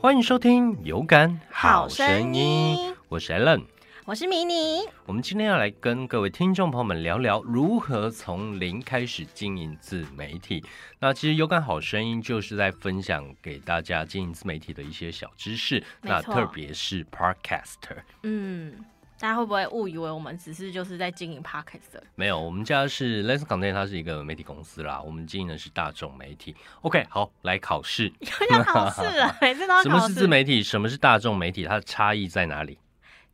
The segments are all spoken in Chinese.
欢迎收听《有感好声音》，我是 Allen。我是迷你，我们今天要来跟各位听众朋友们聊聊如何从零开始经营自媒体。那其实有感好声音就是在分享给大家经营自媒体的一些小知识，没那错特别是 Podcaster。嗯，大家会不会误以为我们只是就是在经营 podcast？的 没有，我们家是 Lens Content，它是一个媒体公司啦，我们经营的是大众媒体。OK，好，来考试，又要考试 了，每啊哎次都要什么考是试。自媒体，什么是大众媒体，它的差异在哪里？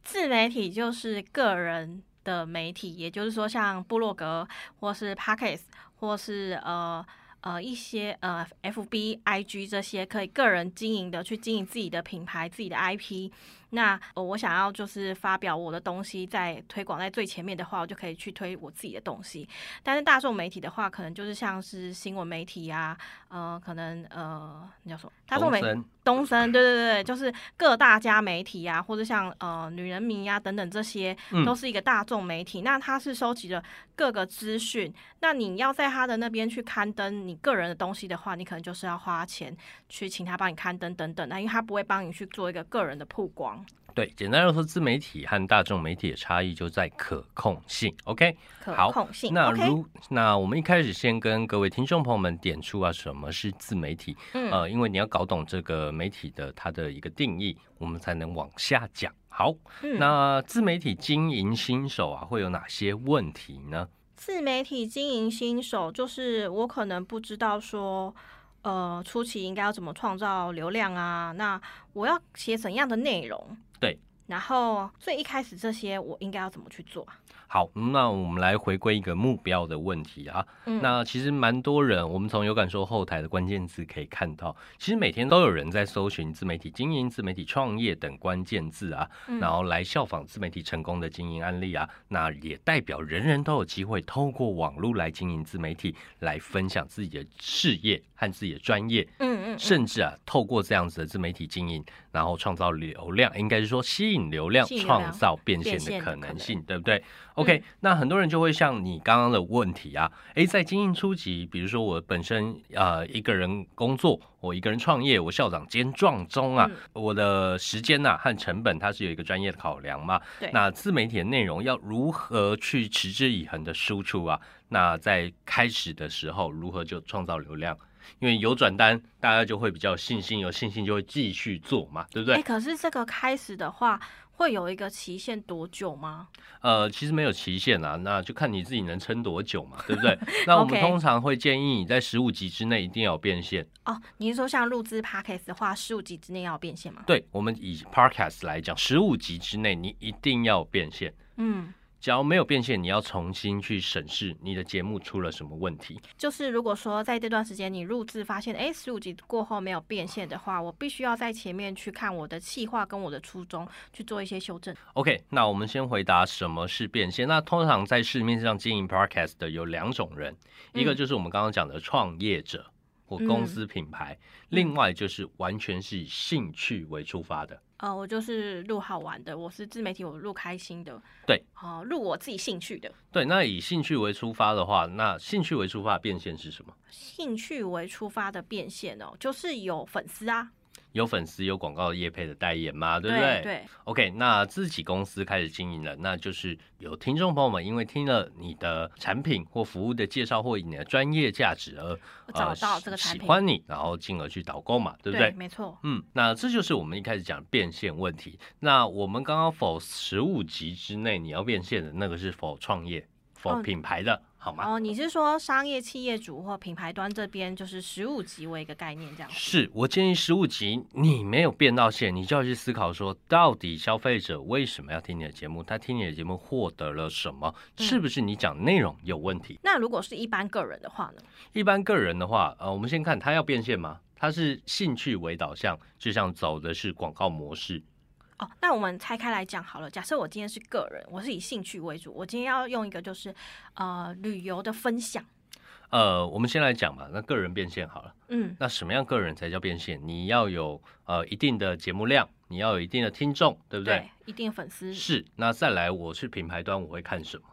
自媒体就是个人的媒体，也就是说像部落格或是 podcast 或是呃。呃，一些呃，FB、IG 这些可以个人经营的，去经营自己的品牌、自己的 IP。那、呃我想要就是发表我的东西，在推广在最前面的话，我就可以去推我自己的东西。但是大众媒体的话，可能就是像是新闻媒体啊，呃，可能呃，那叫什么？大众媒洪森东森，对对对，就是各大家媒体啊，或者像呃女人迷啊等等这些嗯，都是一个大众媒体。那它是收集了各个资讯，那你要在它的那边去刊登你个人的东西的话，你可能就是要花钱去请他帮你刊登等等。那因为他不会帮你去做一个个人的曝光，对，简单来说，自媒体和大众媒体的差异就在可控性。OK，可好控性。那 OK，如那我们一开始先跟各位听众朋友们点出啊，什么是自媒体？嗯呃，因为你要搞懂这个媒体的它的一个定义，我们才能往下讲。好，嗯那自媒体经营新手啊，会有哪些问题呢？自媒体经营新手，就是我可能不知道说，呃，初期应该要怎么创造流量啊？那我要写怎样的内容？对。然后，所以一开始这些我应该要怎么去做啊？好，那我们来回归一个目标的问题啊。嗯那其实蛮多人，我们从有感说后台的关键字可以看到，其实每天都有人在搜寻自媒体经营、自媒体创业等关键字啊，嗯然后来效仿自媒体成功的经营案例啊。那也代表人人都有机会透过网络来经营自媒体，来分享自己的事业和自己的专业，嗯嗯嗯，甚至啊，透过这样子的自媒体经营，然后创造流量，应该是说吸引流量，吸引流量创造变现变的现的可可能能嗯性，对不对？OK，、那很多人就会像你刚刚的问题啊，诶，在经营初期，比如说我本身呃一个人工作，我一个人创业，我校长兼壮中啊，嗯我的时间呐、和成本它是有一个专业的考量嘛，对那自媒体的内容要如何去持之以恒的输出啊？那在开始的时候如何就创造流量？因为有转单，大家就会比较有信心，有信心就会继续做嘛，对不哎、对？可是这个开始的话，会有一个期限多久吗？呃，其实没有期限啊，那就看你自己能撑多久嘛，对不 对？那我们 OK 通常会建议你在十五集之内一定要有变现。哦，你是说像录制 podcast 的话，十五集之内要变现吗？对我们以 podcast 来讲，十五集之内你一定要有变现。嗯，只要没有变现，你要重新去审视你的节目出了什么问题。就是如果说在这段时间你录制发现，哎，十五集过后没有变现的话，我必须要在前面去看我的计划跟我的初衷去做一些修正。 OK，那我们先回答什么是变现。那通常在市面上嗯经营 Podcast 的有两种人，一个就是我们刚刚讲的创业者或嗯公司品牌，另外就是完全是以兴趣为出发的。呃，我就是录好玩的，我是自媒体，我录开心的，对，哦、录我自己兴趣的，对，那以兴趣为出发的话，那兴趣为出发的变现是什么？兴趣为出发的变现哦，就是有粉丝啊，有粉丝，有广告业配的代言嘛，对不对对 OK，那自己公司开始经营了，那就是有听众朋友们因为听了你的产品或服务的介绍或你的专业价值而呃我找到这个产喜品，欢你，然后进而去导购嘛，对不对？没错，嗯，那这就是我们一开始讲变现问题。那我们刚刚否十五集之内你要变现的那个是否创业、否哦品牌的，好吗？哦，你是说商业企业主或品牌端这边就是十五集为一个概念这样子？是我建议十五集你没有变到现，你就要去思考说，到底消费者为什么要听你的节目？他听你的节目获得了什么？嗯是不是你讲内容有问题？那如果是一般个人的话呢？一般个人的话，呃，我们先看他要变现吗？他是兴趣为导向，就像走的是广告模式，哦，那我们拆开来讲好了。假设我今天是个人，我是以兴趣为主，我今天要用一个就是呃旅游的分享，呃，我们先来讲嘛，那个人变现好了。嗯，那什么样个人才叫变现？你要有呃一定的节目量，你要有一定的听众，对不对？，一定粉丝，是。那再来，我是品牌端，我会看什么？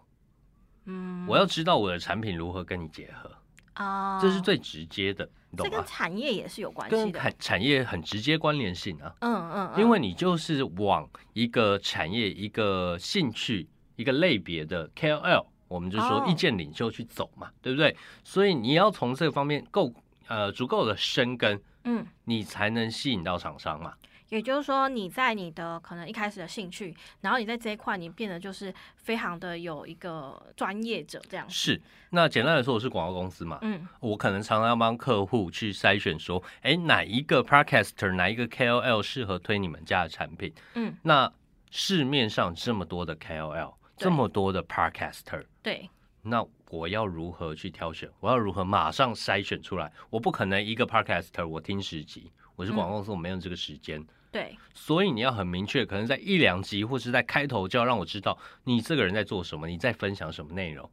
嗯，我要知道我的产品如何跟你结合，啊，这是最直接的。你这懂跟吗？产业也是有关系跟的。产产业很直接关联性啊，嗯嗯，嗯因为你就是往一个产业、一个兴趣、一个类别的 KOL，我们就哦说意见领袖去走嘛，对不对？所以你要从这个方面够呃足够的深耕，嗯，你才能吸引到厂商嘛。也就是说，你在你的可能一开始的兴趣，然后你在这一块，你变得就是非常的有一个专业者这样子。是，那简单来说，我是广告公司嘛，嗯我可能常常要帮客户去筛选说，哎，哪一个 podcaster，哪一个 KOL 适合推你们家的产品？嗯，那市面上这么多的 KOL，对这么多的 podcaster，对，那我要如何去挑选？我要如何马上筛选出来？我不可能一个 podcaster 我听十集，我是广告公司，我没有这个时间。对，所以你要很明确，可能在一两集或是在开头就要让我知道你这个人在做什么，你在分享什么内容。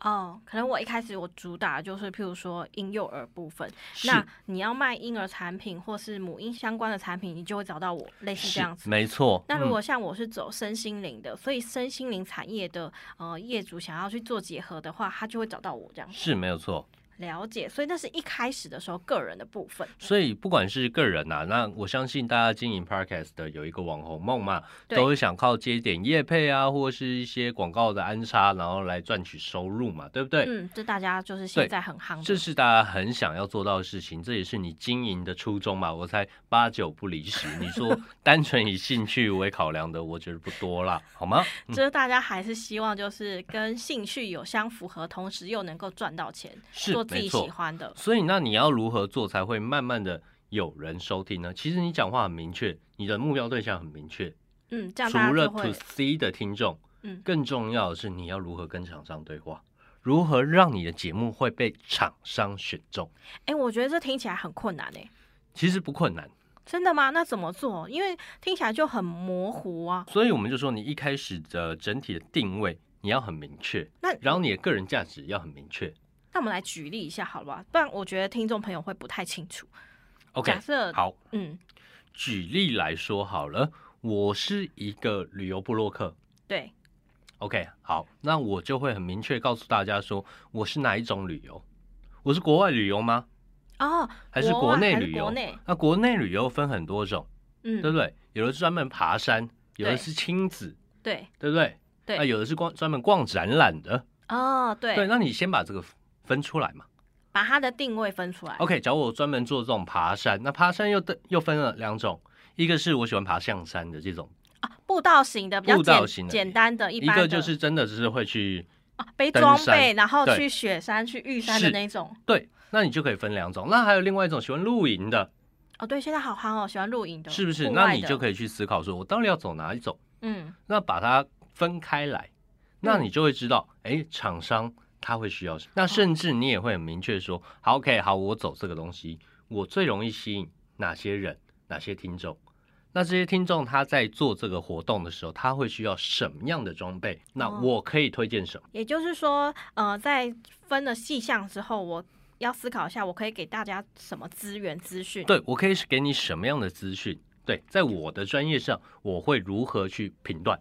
哦，可能我一开始我主打就是，譬如说婴幼儿部分，是那你要卖婴儿产品或是母婴相关的产品，你就会找到我，类似这样子。是没错。那如嗯果像我是走身心灵的，所以身心灵产业的呃业主想要去做结合的话，他就会找到我这样嗯是没有错。了解。所以那是一开始的时候个人的部分，所以不管是个人呐、啊那我相信大家经营 podcast 的有一个网红梦嘛，对都会想靠接一点业配啊，或是一些广告的安插，然后来赚取收入嘛，对不对？嗯，这大家就是现对在很夯的，这是大家很想要做到的事情，这也是你经营的初衷嘛。我猜八九不离十。你 说单纯以兴趣为考量的，我觉得不多啦，好吗？就是大家还是希望就是跟兴趣有相符合，同时又能够赚到钱，是做自己没错喜欢的。所以，那你要如何做才会慢慢的有人收听呢？其实你讲话很明确，你的目标对象很明确，嗯，这样大除家了就 to 会 C 的听众，嗯更重要的是你要如何跟厂商对话，如何让你的节目会被厂商选中。哎、我觉得这听起来很困难哎、其实不困难，真的吗？那怎么做？因为听起来就很模糊啊。所以我们就说你一开始的整体的定位你要很明确，那然后你的个人价值要很明确。那我们来举例一下好了吧？不然我觉得听众朋友会不太清楚。 OK，假设好，嗯，举例来说好了，我是一个旅游部落客。对， OK，好，那我就会很明确告诉大家说我是哪一种旅游，我是国外旅游吗？哦，还是国国外内还是旅国游内？那国内旅游分很多种。嗯，对不对？有的是专门爬山，有的对是亲子，对对不对？对啊，有的是光专门逛展览的。哦，对，对，那你先把这个分出来嘛。把它的定位分出来。 OK，假如我专门做这种爬山，那爬山又得又分了两种，一个是我喜欢爬象山的这种，啊，步道型的比较步道简型的简单的，一一般的个就是真的是会去啊背登装山备，然后对去雪山、去玉山的是那种。对，那你就可以分两种。那还有另外一种喜欢露营的，哦，对，现在好夯哦，喜欢露营的，是不是？户那外你的就可以去思考说，我到底要走哪一种？嗯，那把它分开来，那嗯你就会知道，哎、厂商他会需要什么。哦那甚至你也会很明确说，好，OK，好，我走这个东西，我最容易吸引哪些人，哪些听众。那这些听众他在做这个活动的时候，他会需要什么样的装备？那哦我可以推荐什么？也就是说，呃，在分了细项之后，我要思考一下，我可以给大家什么资源资讯？，对我可以给你什么样的资讯？对，在我的专业上，我会如何去评断？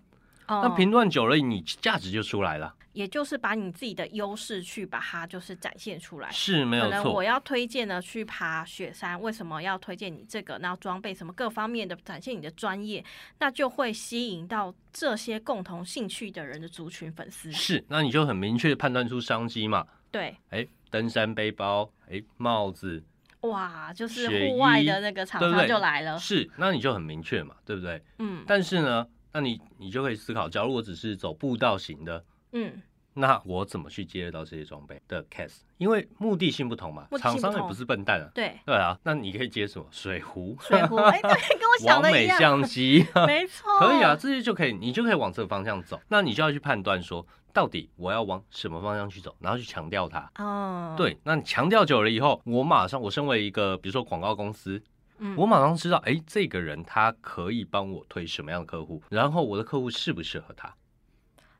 哦、那评断久了，你价值就出来了，也就是把你自己的优势去把它就是展现出来。是没有可能错我。要推荐呢去爬雪山，为什么要推荐你这个？然后装备什么各方面的展现你的专业，那就会吸引到这些共同兴趣的人的族群粉丝。是，那你就很明确地判断出商机嘛。对，哎，登山背包，哎，帽子，哇，就是雪户外衣的那个厂对不商对就来了。是，那你就很明确嘛，对不对？嗯但是呢，那你你就可以思考，假如我只是走步道型的，嗯，那我怎么去接得到这些装备的 case？因为目的性不同嘛目，的性厂不商也同不是笨蛋啊。对，对啊，那你可以接什么水壶、水壶，哎，对，跟我想 完的美一样。哦相 机， 没错，可以啊，。这些就可以，你就可以往这个方向走。那你就要去判断说，到底我要往什么方向去走，然后去强调它。嗯，，对，那你强调久了以后，我马上，我身为一个比如说广告公司，嗯我马上知道，哎，这个人他可以帮我推什么样的客户，然后我的客户适不适合他，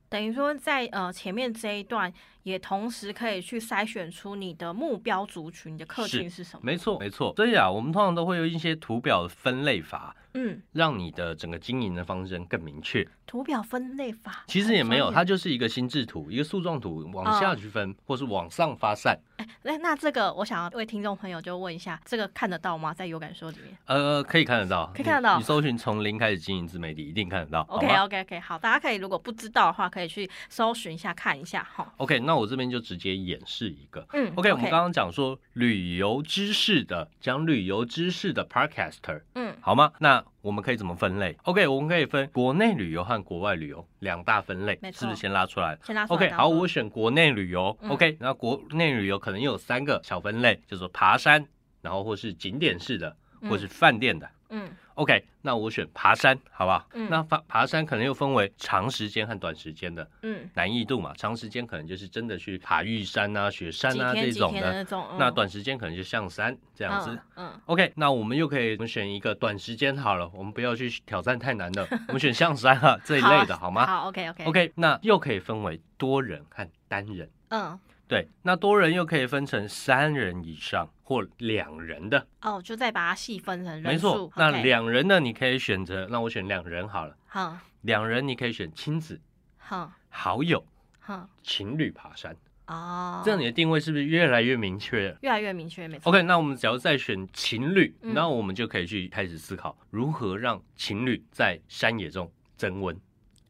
等于说在呃前面这一段，也同时可以去筛选出你的目标族群，你的客群是什么？没错，没错。所以啊，我们通常都会有一些图表的分类法，嗯，让你的整个经营的方针更明确。图表分类法其实也没有，好专业它就是一个心智图，一个树状图，哦往下去分，或是往上发散。那那这个，我想要为听众朋友就问一下，这个看得到吗？在有感说里面呃，可以看得到，可以看得到你你搜寻从零开始经营自媒体，一定看得到。好啊？OK 吗 OK OK，好，大家可以如果不知道的话，可以去搜寻一下看一下哈。 OK，那我这边就直接演示一个。嗯 OK，我们刚刚讲说旅游知识的，讲旅游知识的 Podcaster，嗯好吗？那我们可以怎么分类？OK，我们可以分国内旅游和国外旅游两大分类没，错是不是先拉出来先拉出来 OK，然后好，我选国内旅游。嗯 OK，然后国内旅游可能又有三个小分类，就是爬山，然后或是景点式的，嗯或是饭店的。嗯 OK，那我选爬山，好不好？嗯那爬爬山可能又分为长时间和短时间的嗯，难易度嘛。长时间可能就是真的去爬玉山啊、雪山几啊天这几种天的的，那种，嗯那短时间可能就象山这这样子。，嗯 OK，那我们又可以我们选一个短时间好了，我们不要去挑战太难 的，我们选象山啊这一嗯，类的啊好吗好 OK OK ？OK，那又可以分为多人和单人。嗯对，那多人又可以分成三人以上或两人的，哦，就再把它细分成没人数错。那 OK，两人的你可以选择，那我选两人好了。好两人你可以选亲子、好好友、好情侣爬山，哦，这样你的定位是不是越来越明确了越来越明确，没错。 ？OK，那我们只要再选情侣，嗯那我们就可以去开始思考如何让情侣在山野中增温，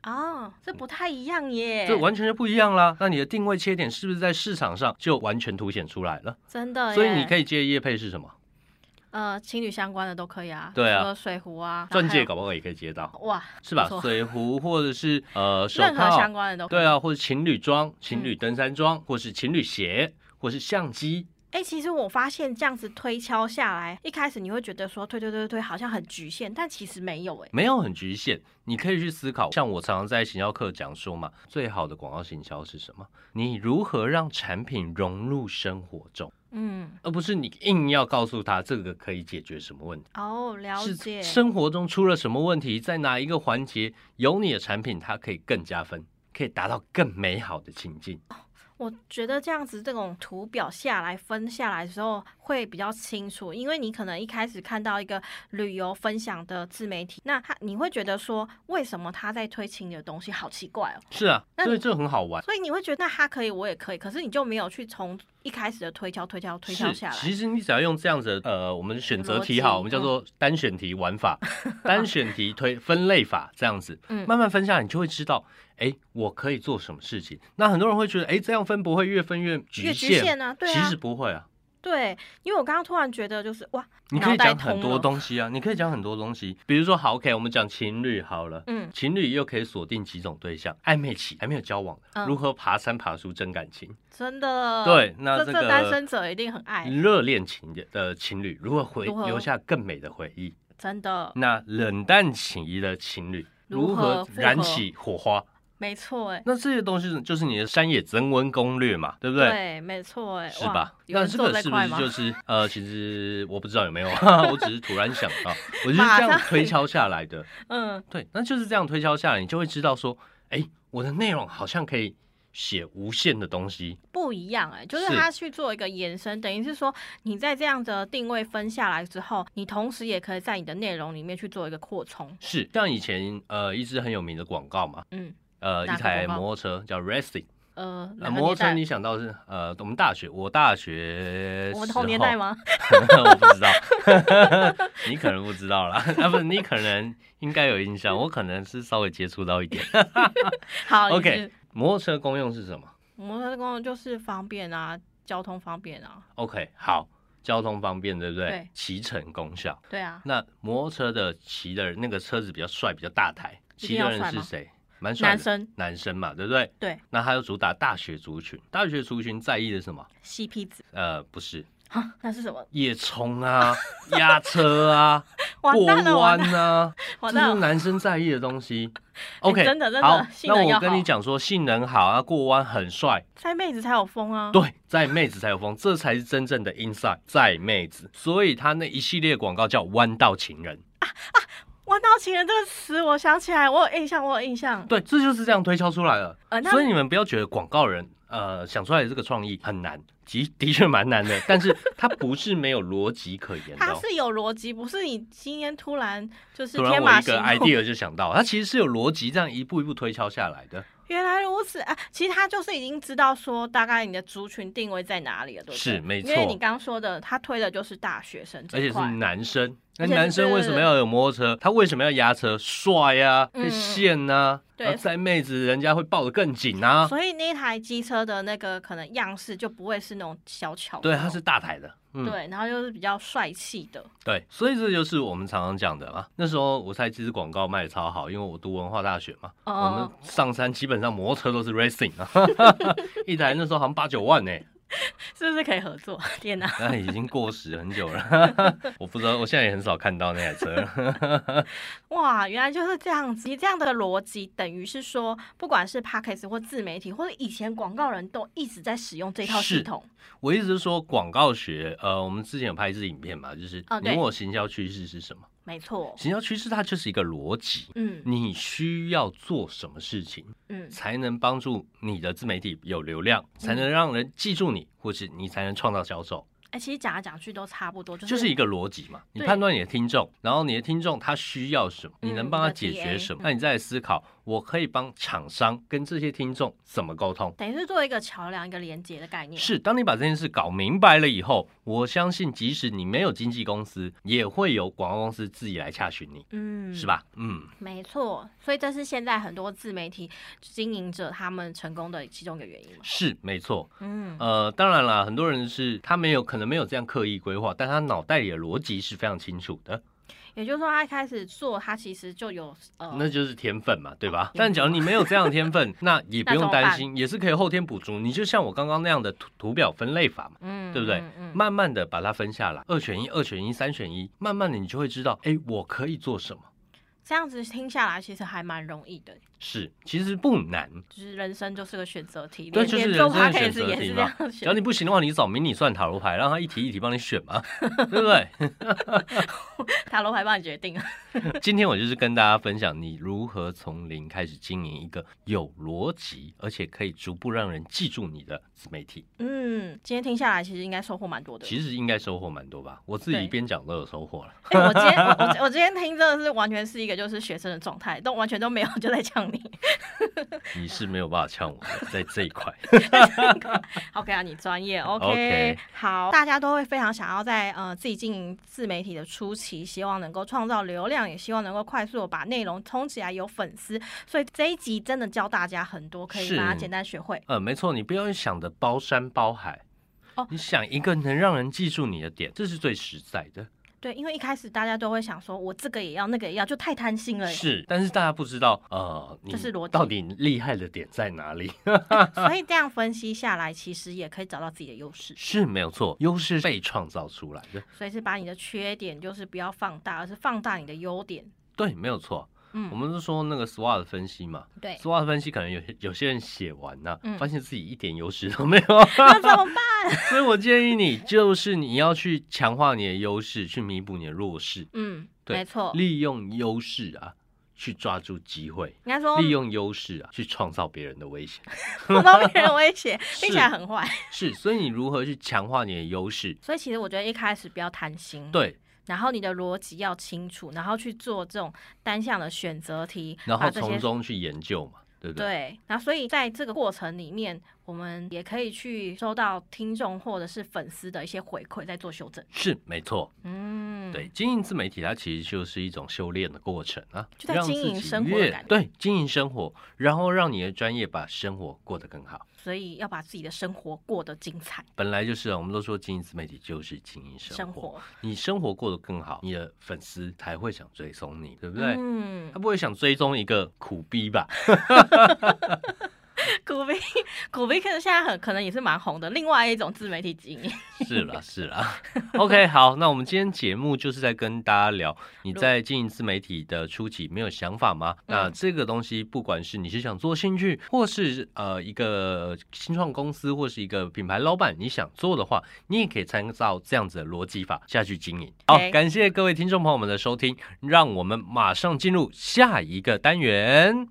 哦，这不太一样耶，这完全就不一样啦。那你的定位切点是不是在市场上就完全凸显出来了？真的耶，所以你可以接业配是什么？呃情侣相关的都可以啊，对啊除了水壶啊，钻然后还有戒搞不好也可以接到，哇，是吧不？错水壶或者是呃手任何铐相，关的都嗯可以。对啊，或者情侣装、情侣登山装，或是情侣鞋，或是相机，哎、其实我发现这样子推敲下来，一开始你会觉得说推推推推推好像很局限，但其实没有哎、没有很局限，你可以去思考。像我常常在行销课讲说嘛，最好的广告行销是什么？你如何让产品融入生活中，嗯，而不是你硬要告诉他这个可以解决什么问题。哦，了解是，生活中出了什么问题，在哪一个环节有你的产品，它可以更加分，可以达到更美好的情境。我觉得这样子这种图表下来分下来的时候会比较清楚，因为你可能一开始看到一个旅游分享的自媒体，那他你会觉得说为什么他在推情侣的东西好奇怪哦，是啊，那你所以这很好玩。所以你会觉得那他可以，我也可以，可是你就没有去从一开始的推敲、推敲、推敲是，下来。其实你只要用这样子的，呃，我们选择逻辑题好，我们叫做单选题玩法，单选题推分类法这样子，嗯慢慢分下来，你就会知道，哎，我可以做什么事情。那很多人会觉得，哎，这样分不会越分越局越限？局限啊，对其啊实，不会啊，对，因为我刚刚突然觉得就是哇，你可以脑袋讲通很多了东西啊，你可以讲很多东西，比如说好，OK，我们讲情侣好了。嗯情侣又可以锁定几种对象，暧昧期还没有交往，嗯如何爬山爬出真感情？真的，对，那这这这单身个嗯者一定很爱，热恋情的呃情侣如何回如何留下更美的回忆？真的，那冷淡情谊的情侣如如何何复合燃起火花？没错哎，那这些东西就是你的山野增温攻略嘛，对不对？对，没错哎，是哇吧？有那人这做个这是不块是吗？就是呃，其实我不知道有 没有，我只是突然想到，我就是这马上样推敲下来的。嗯，对，那就是这样推敲下来，你就会知道说，哎，我的内容好像可以写无限的东西。不一样哎，就是是他去做一个延伸，等于是说你在这样的定位分下来之后，你同时也可以在你的内容里面去做一个扩充，是像以前呃一支很有名的广告嘛，嗯呃一哪个台广告摩托车叫 Racing，呃，呃哪个摩托年车代你？想到是呃我们大学我大学我们时同年代候？吗？ 我不知道， 你可能不知道啦， 啊不，你可能应该有印象，我可能是稍微接触到一点。 好你 OK，是摩托车功用是什么摩托车功能就是方便啊，交通方便啊， ？OK，好，交通方便，对不对对？骑乘功效。对啊，那摩托车的骑的人那个车子比较帅，比较大台，一骑定要的帅吗人是谁？蛮帅的男，生男生嘛，对不对？对那他又主打大学族群，大学族群在意的是什么？ CP 值呃，不是啊，那是什么？夜冲 啊、压车啊、完过蛋了，完弯蛋，啊，这完就是蛋了，哎男生在意的东西。OK，、真的真的好，性能那要我跟好你讲说，性能好啊，过弯很帅，塞妹子才有风啊，对，在妹子才有风，这才是真正的 inside，在妹子。所以他那一系列广告叫弯道情人。弯道情人这个词，我想起来，我有印象，我有印象。对，这就是这样推敲出来了。呃，那所以你们不要觉得广告人呃想出来的这个创意很难，的的确蛮难 的，但是它不是没有逻辑可言的它哦、是有逻辑，不是你今天突然就是突然天我马一行个空。 idea 就想到，它其实是有逻辑，这样一步一步推敲下来的。原来如此啊！其实他就是已经知道说大概你的族群定位在哪里了，对不对？是没错因为你刚说的，他推的就是大学生这而且是块。男生。那而且男生为什么要有摩托车？他为什么要压车？帅呀、啊，嗯可以陷呐、啊，对然后载妹子，人家会抱得更紧啊。所以那台机车的那个可能样式就不会是那种小巧的，对，他是大台的。嗯，对，然后又是比较帅气的，对，所以这就是我们常常讲的啊。那时候我猜其实广告卖的超好，因为我读文化大学嘛，我们哦、上山基本上摩托车都是 racing 啊，一台那时候好像八九万呢、 是不是可以合作？ 天哪！那已经过时很久了。 我不知道，我现在也很少看到那台车 了。哇，原来就是这样子。你这样的逻辑，等于是说，不管是 p a c k a g e 或自媒体，或者以前广告人都一直在使用这套是系统。我一直是说广告学，呃，我们之前有拍一支影片嘛，就是哦你对问我行销趋势是什么？没错，行销趋势它就是一个逻辑，嗯你需要做什么事情嗯，才能帮助你的自媒体有流量，才能让人记住你，或是你才能创造销售，哎、其实讲来讲去都差不多，就是就是一个逻辑嘛。你对判断你的听众，然后你的听众他需要什么，嗯你能帮他解决什么，那你再来思考，我可以帮厂商跟这些听众怎么沟通。等于是做一个桥梁、一个连接的概念。是，当你把这件事搞明白了以后，我相信即使你没有经纪公司，也会有广告公司自己来洽询你，嗯，是？吧？嗯。没错，所以这是现在很多自媒体经营者他们成功的其中一个原因嘛。是没错，嗯，呃，当然啦，很多人是他没有可能没有这样刻意规划，但他脑袋里的逻辑是非常清楚的，也就是说，他一开始做，他其实就有呃，那就是天分嘛，对吧？嗯但假如你没有这样的天 分，那也不那怎用么担办心，也是可以后天补足。你就像我刚刚那样的图图表分类法嘛，嗯，对不对嗯嗯慢慢的把它分下来，二选一、二选一、三选一，慢慢的你就会知道，哎，我可以做什么。这样子听下来，其实还蛮容易的。是，其实不难。就是人生就是个选择题，对连就是连人做生的 podcast 选择也题是这嘛样只要选。你不行的话，你找迷你算塔罗牌，让他一题一题帮你选嘛， 对不对？塔罗牌帮你决定。啊今天我就是跟大家分享你如何从零开始经营一个有逻辑，而且可以逐步让人记住你的自媒体。嗯，今天听下来，其实应该收获蛮多的。其实应该收获蛮多吧，我自己对边讲都有收获了。哎、我今天我我 我今天听真的是完全是一个就是学生的状态，都完全都没有就在呛你。你是没有办法呛我的，在这一块。 OK 啊，你专业 OK, OK 好，大家都会非常想要在呃自己经营自媒体的初期，希望能够创造流量，也希望能够快速地把内容冲起来，有粉丝。所以这一集真的教大家很多，可是以把它简单学会。呃，没错，你不要想的包山包海。哦你想一个能让人记住你的点，这是最实在的。对，因为一开始大家都会想说，我这个也要，那个也要，就太贪心了耶。是，但是大家不知道，呃，你这是逻辑到底厉害的点在哪里？ 所以这样分析下来，其实也可以找到自己的优势。是没有错，优势被创造出来的。所以是把你的缺点，就是不要放大，而是放大你的优点。对，没有错。嗯我们是说那个 SWOT 的分析嘛对， ，SWOT 分析可能有些有些人写完了、嗯发现自己一点优势都没有， 那怎么办？所以我建议你就是你要去强化你的优势，去弥补你的弱势，嗯，对没错，利用优势啊去抓住机会，应该说利用优势啊去创造别人的危险。 碰到别人威胁，听起是来很坏。 是，所以你如何去强化你的优势？所以其实我觉得一开始不要贪心，，对，然后你的逻辑要清楚，然后去做这种单向的选择题，然后把这些从中去研究嘛，对不对？对，然后所以在这个过程里面，我们也可以去收到听众或者是粉丝的一些回馈，再做修正。是没错，嗯，对，，经营自媒体它其实就是一种修炼的过程啊，就在让经自营己生活的越感觉对，经营生活，然后让你的专业把生活过得更好。所以要把自己的生活过得精彩，本来就是啊，我们都说经营自媒体就是经营生活，生活，你生活过得更好，你的粉丝才会想追踪你，对不对？ 嗯 他，不会想追踪一个苦逼吧？苦逼，币，股币可能现在很可能也是蛮红的，另外一种自媒体经营。是啦，是啦。OK，好，那我们今天节目就是在跟大家聊，你在经营自媒体的初期没有想法吗？嗯那这个东西，不管是你是想做兴趣，或是呃一个新创公司，或是一个品牌老板，你想做的话，你也可以参照这样子的逻辑法下去经营。好 OK，感谢各位听众朋友们的收听，让我们马上进入下一个单元。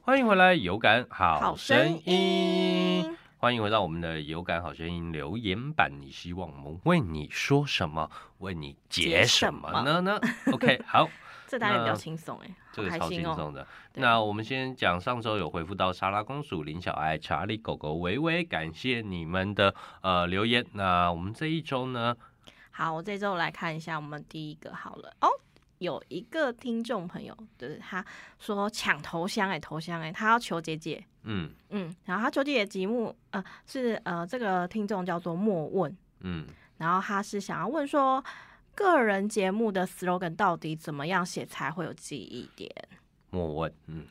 欢迎回来，有感好声音。欢迎回到我们的有感好声音留言板，你希望我们为你说什么，为你解什么呢呢？OK，好，这单元比较那轻松哎，这好个开超轻心哦。松的。对那我们先讲上周有回复到莎拉公主、林小爱、查理狗狗、维维，感谢你们的呃留言。那我们这一周呢，好，我这周来看一下我们第一个好了哦。有一个听众朋友，就是他说抢头香哎、头香哎、他要求姐姐，嗯嗯，然后他求姐姐节目呃是呃这个听众叫做莫问，嗯然后他是想要问说，个人节目的 slogan 到底怎么样写才会有记忆点？ 莫问，嗯，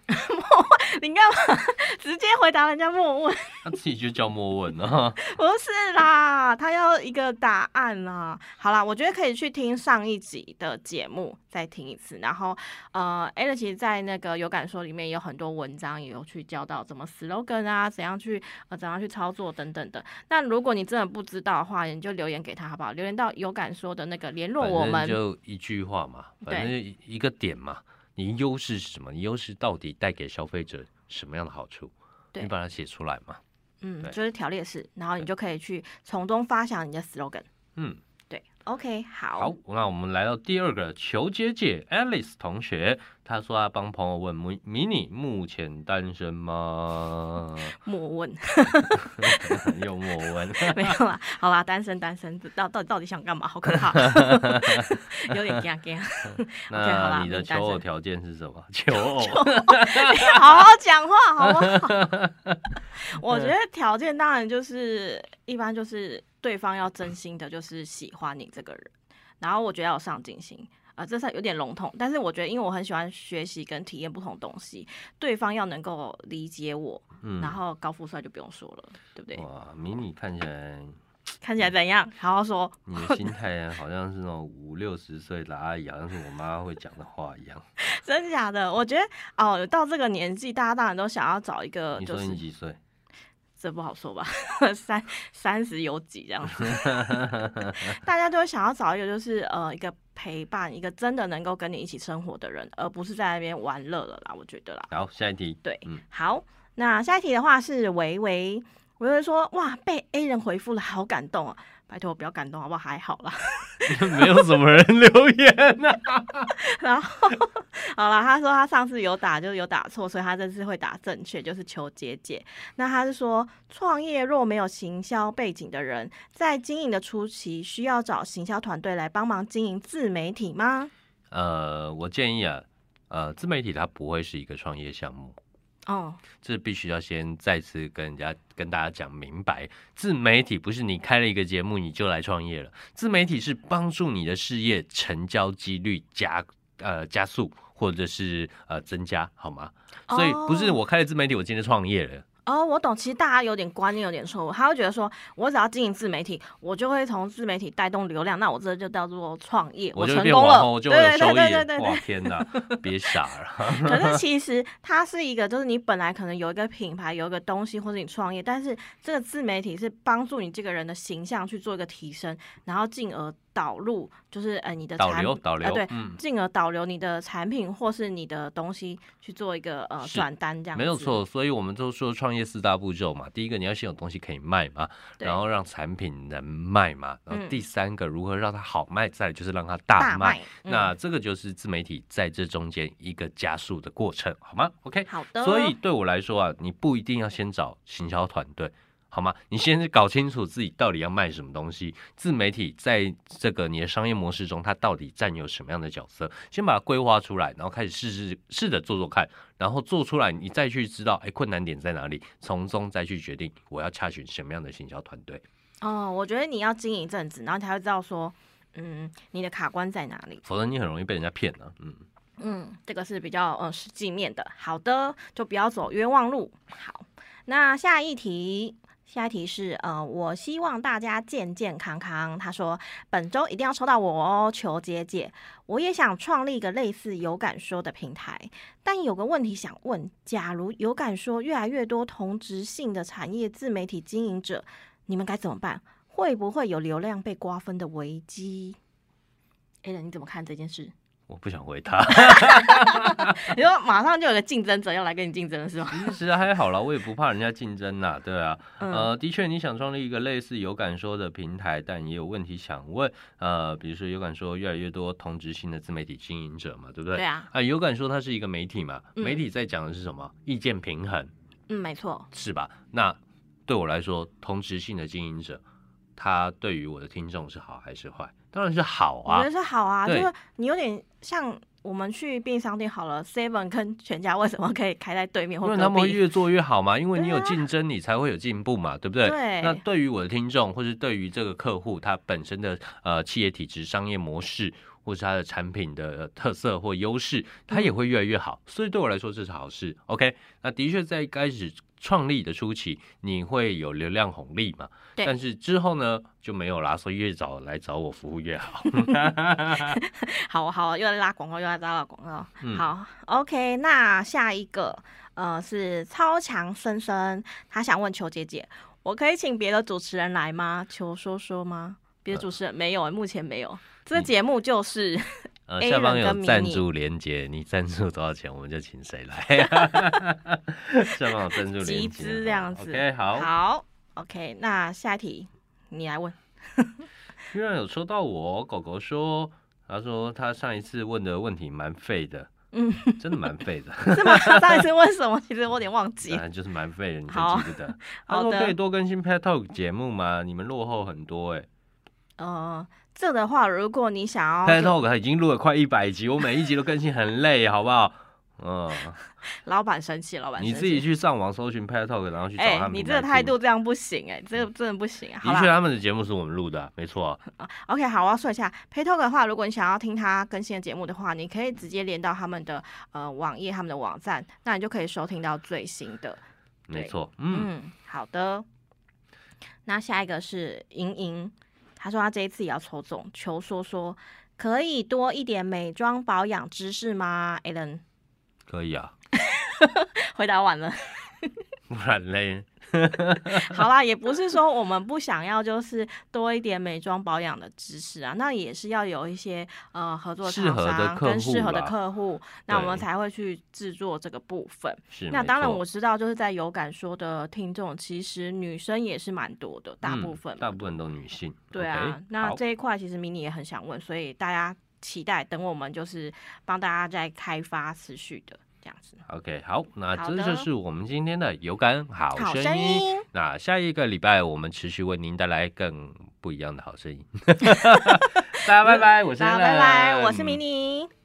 你干嘛 直接回答人家莫问？他自己就叫莫问啊。不是啦，他要一个答案啦。好啦，我觉得可以去听上一集的节目，再听一次。然后，呃 a l e x 在那个有感说里面也有很多文章，也有去教到怎么 slogan 啊，怎样去呃怎样去操作等等的。那如果你真的不知道的话，你就留言给他好不好？留言到有感说的那个联络我反正就们。一句话嘛，对反正一一个点嘛，你优势是什么？你优势到底带给消费者什么样的好处？对你把它写出来嘛。嗯，对就是条列式，然后你就可以去从中发想你的 slogan。嗯，对，OK，好，好，那我们来到第二个求姐姐 Alice 同学，她说她帮朋友问迷迷你目前单身吗？莫问，幽默 问， 没有啦，好啦，单身单身，到到到底想干嘛？好可 怕， 有点尴尬，OK，好那啦你的你单身求偶条件是什么？求 偶， 好好讲话好不 好？我觉得条件当然就是一般就是对方要真心的，就是喜欢你这个人，然后我觉得要有上进心。啊、这是有点笼统，但是我觉得，因为我很喜欢学习跟体验不同东西，对方要能够理解我，嗯然后高富帅就不用说了，对不对？哇，迷你看起来看起来怎样？好好说。你的心态好像是那种五六十岁的阿姨，好像是我妈会讲的话一样。真假的？我觉得哦，到这个年纪，大家当然都想要找一个，你就说你是几岁？这不好说吧，三三十有几这 样子，大家都会想要找一个就是呃一个陪伴，一个真的能够跟你一起生活的人，而不是在那边玩乐了啦。我觉得啦，好，下一 题。对，嗯好，那下一题的话是维维。维维说：“哇，被 A 人回复了，好感动啊！拜托，不要感动好不好？还好啦。没有什么人留言啊呢、然后好了，他说他上次有打就有打错，所以他这次会打正确，就是求解解。那他是说，创业若没有行销背景的人，在经营的初期需要找行销团队来帮忙经营自媒体吗？呃，我建议啊，呃，自媒体它不会是一个创业项目，哦，这必须要先再次跟人家跟大家讲明白，自媒体不是你开了一个节目你就来创业了，自媒体是帮助你的事业成交几率加呃加速。或者是呃增加好吗？所以不是哦我开了自媒体，我今天创业了，哦，我懂。其实大家有点观念有点错误，他会觉得说，我只要经营自媒体，我就会从自媒体带动流量，那我这就叫做创业，我就成变功网了，红，我就会有对对收对益对了对对。对哇天 哪，别傻了，可是其实它是一个，就是你本来可能有一个品牌，有一个东西，或者你创业，但是这个自媒体是帮助你这个人的形象去做一个提升，然后进而导入，就是呃你的导产流导流呃、对，，嗯，进而导流你的产品或是你的东西去做一个呃是转单这样，没有，错，所以我们都说创业四大步骤嘛。第一个，你要先有东西可以卖嘛，对然后让产品能卖嘛，然后嗯第三个，如何让它好卖，再来就是让它大大卖。卖。嗯那这个就是自媒体在这中间一个加速的过程，好吗？OK。好的，所以对我来说啊，你不一定要先找行销团队，好吗？你先搞清楚自己到底要卖什么东西，自媒体在这个你的商业模式中，它到底占有什么样的角色？先把它规划出来，然后开始试试试着做做看，然后做出来，你再去知道，哎，困难点在哪里，从中再去决定我要洽询什么样的行销团队。哦，我觉得你要经营一阵子，然后你才会知道说，嗯，你的卡关在哪里。否则你很容易被人家骗了、嗯，嗯，这个是比较呃实际面的。好的，就不要走冤枉路。好，那下一题。下一题是，呃，我希望大家健健康康。他说，本周一定要抽到我哦，求姐姐。我也想创立一个类似有感说的平台，但有个问题想问：假如有感说越来越多同质性的产业自媒体经营者，你们该怎么办？会不会有流量被瓜分的危机 a l n 你怎么看这件事？我不想回他。你说马上就有个竞争者要来跟你竞争了，是吗？ 其实还好啦，我也不怕人家竞争啦，对啊。嗯呃，的确，你想创立一个类似有感说的平台，但也有问题想问。呃，比如说有感说越来越多同质性的自媒体经营者嘛，对不对？对啊，啊，有感说它是一个媒体嘛，嗯媒体在讲的是什么？意见平衡，嗯，没错，是吧？那对我来说，同质性的经营者，他对于我的听众是好还是坏？当然是好我觉啊得。是好啊，就对是你有点像我们去便利商店好了，Seven 跟全家为什么可以开在对面或因为隔他们会壁？越做越好嘛，因为你有对啊竞争，你才会有进步嘛，对不对？对啊那对于我的听众，或是对于这个客户，他本身的呃企业体制、商业模式，或是他的产品的呃特色或优势，它嗯也会越来越好。所以对我来说，这是好事。OK，那的确在一开始创立的初期，你会有流量红利嘛？对但是之后呢，就没有啦。所以越早来找我服务越好。好啊好，又在拉广告，又在拉广告。嗯好，OK，那下一个呃是超强森森，他想问球姐姐，我可以请别的主持人来吗？求说说吗？别的呃主持人、没有、欸目前没有。这个你节目就是呃， A 下方人有跟迷赞你助连接，你赞助多少钱，我们就请谁来。 下方有赞助连接，集资这样子。 OK，好，好，OK，那下一题你来问。居然有抽到我狗狗说，他说他上一次问的问题蛮废的，嗯，真的蛮废 的，是吗？上一次问什么？其实我有点忘记当。然就是蛮废的，你就好记不得。他好说的可以多更新 Pet Talk 节目吗？你们落后很多哎、呃，这的话，如果你想 Pet 要 Talk 已经录了快一百集，我每一集都更新很累，好不好？嗯，老板生气，老板你生自己气。去上网搜寻 Pet Talk，然后去找哎、他们。嗯你这个态度，这样不行哎、这个真的不行啊！好的确啦他们的节目是我们录的，没错啊。 o k 好，我要说一下 p a y t a l k 的话，如果你想要听他更新的节目的话，你可以直接连到他们的呃网页、他们的网站，那你就可以收听到最新的。没对错，嗯，嗯，好的。那下一个是莹莹，她说她这一次也要抽中，求说说可以多一点美妆保养知识吗？Allen 可以啊，回答完了，不然嘞， 好啦，也不是说我们不想要，就是多一点美妆保养的知识啊，那也是要有一些呃合作适厂合的商客跟适户合的啦客户，那我们对才会去制作这个部分。是那没当然错我知道，就是在有感说的听众，其实女生也是蛮多的，大嗯部分嘛、大部分都女性。对啊 OK，那好这一块其实迷你也很想问，所以大家期待等我们就是帮大家再开发持续的这样子。 OK，好，那好这的就是我们今天的有感好好声声音那下一个礼拜我们持续为您带来 更不一样的好声音。大家拜拜，我是大家拜拜， Alan 我是迷你。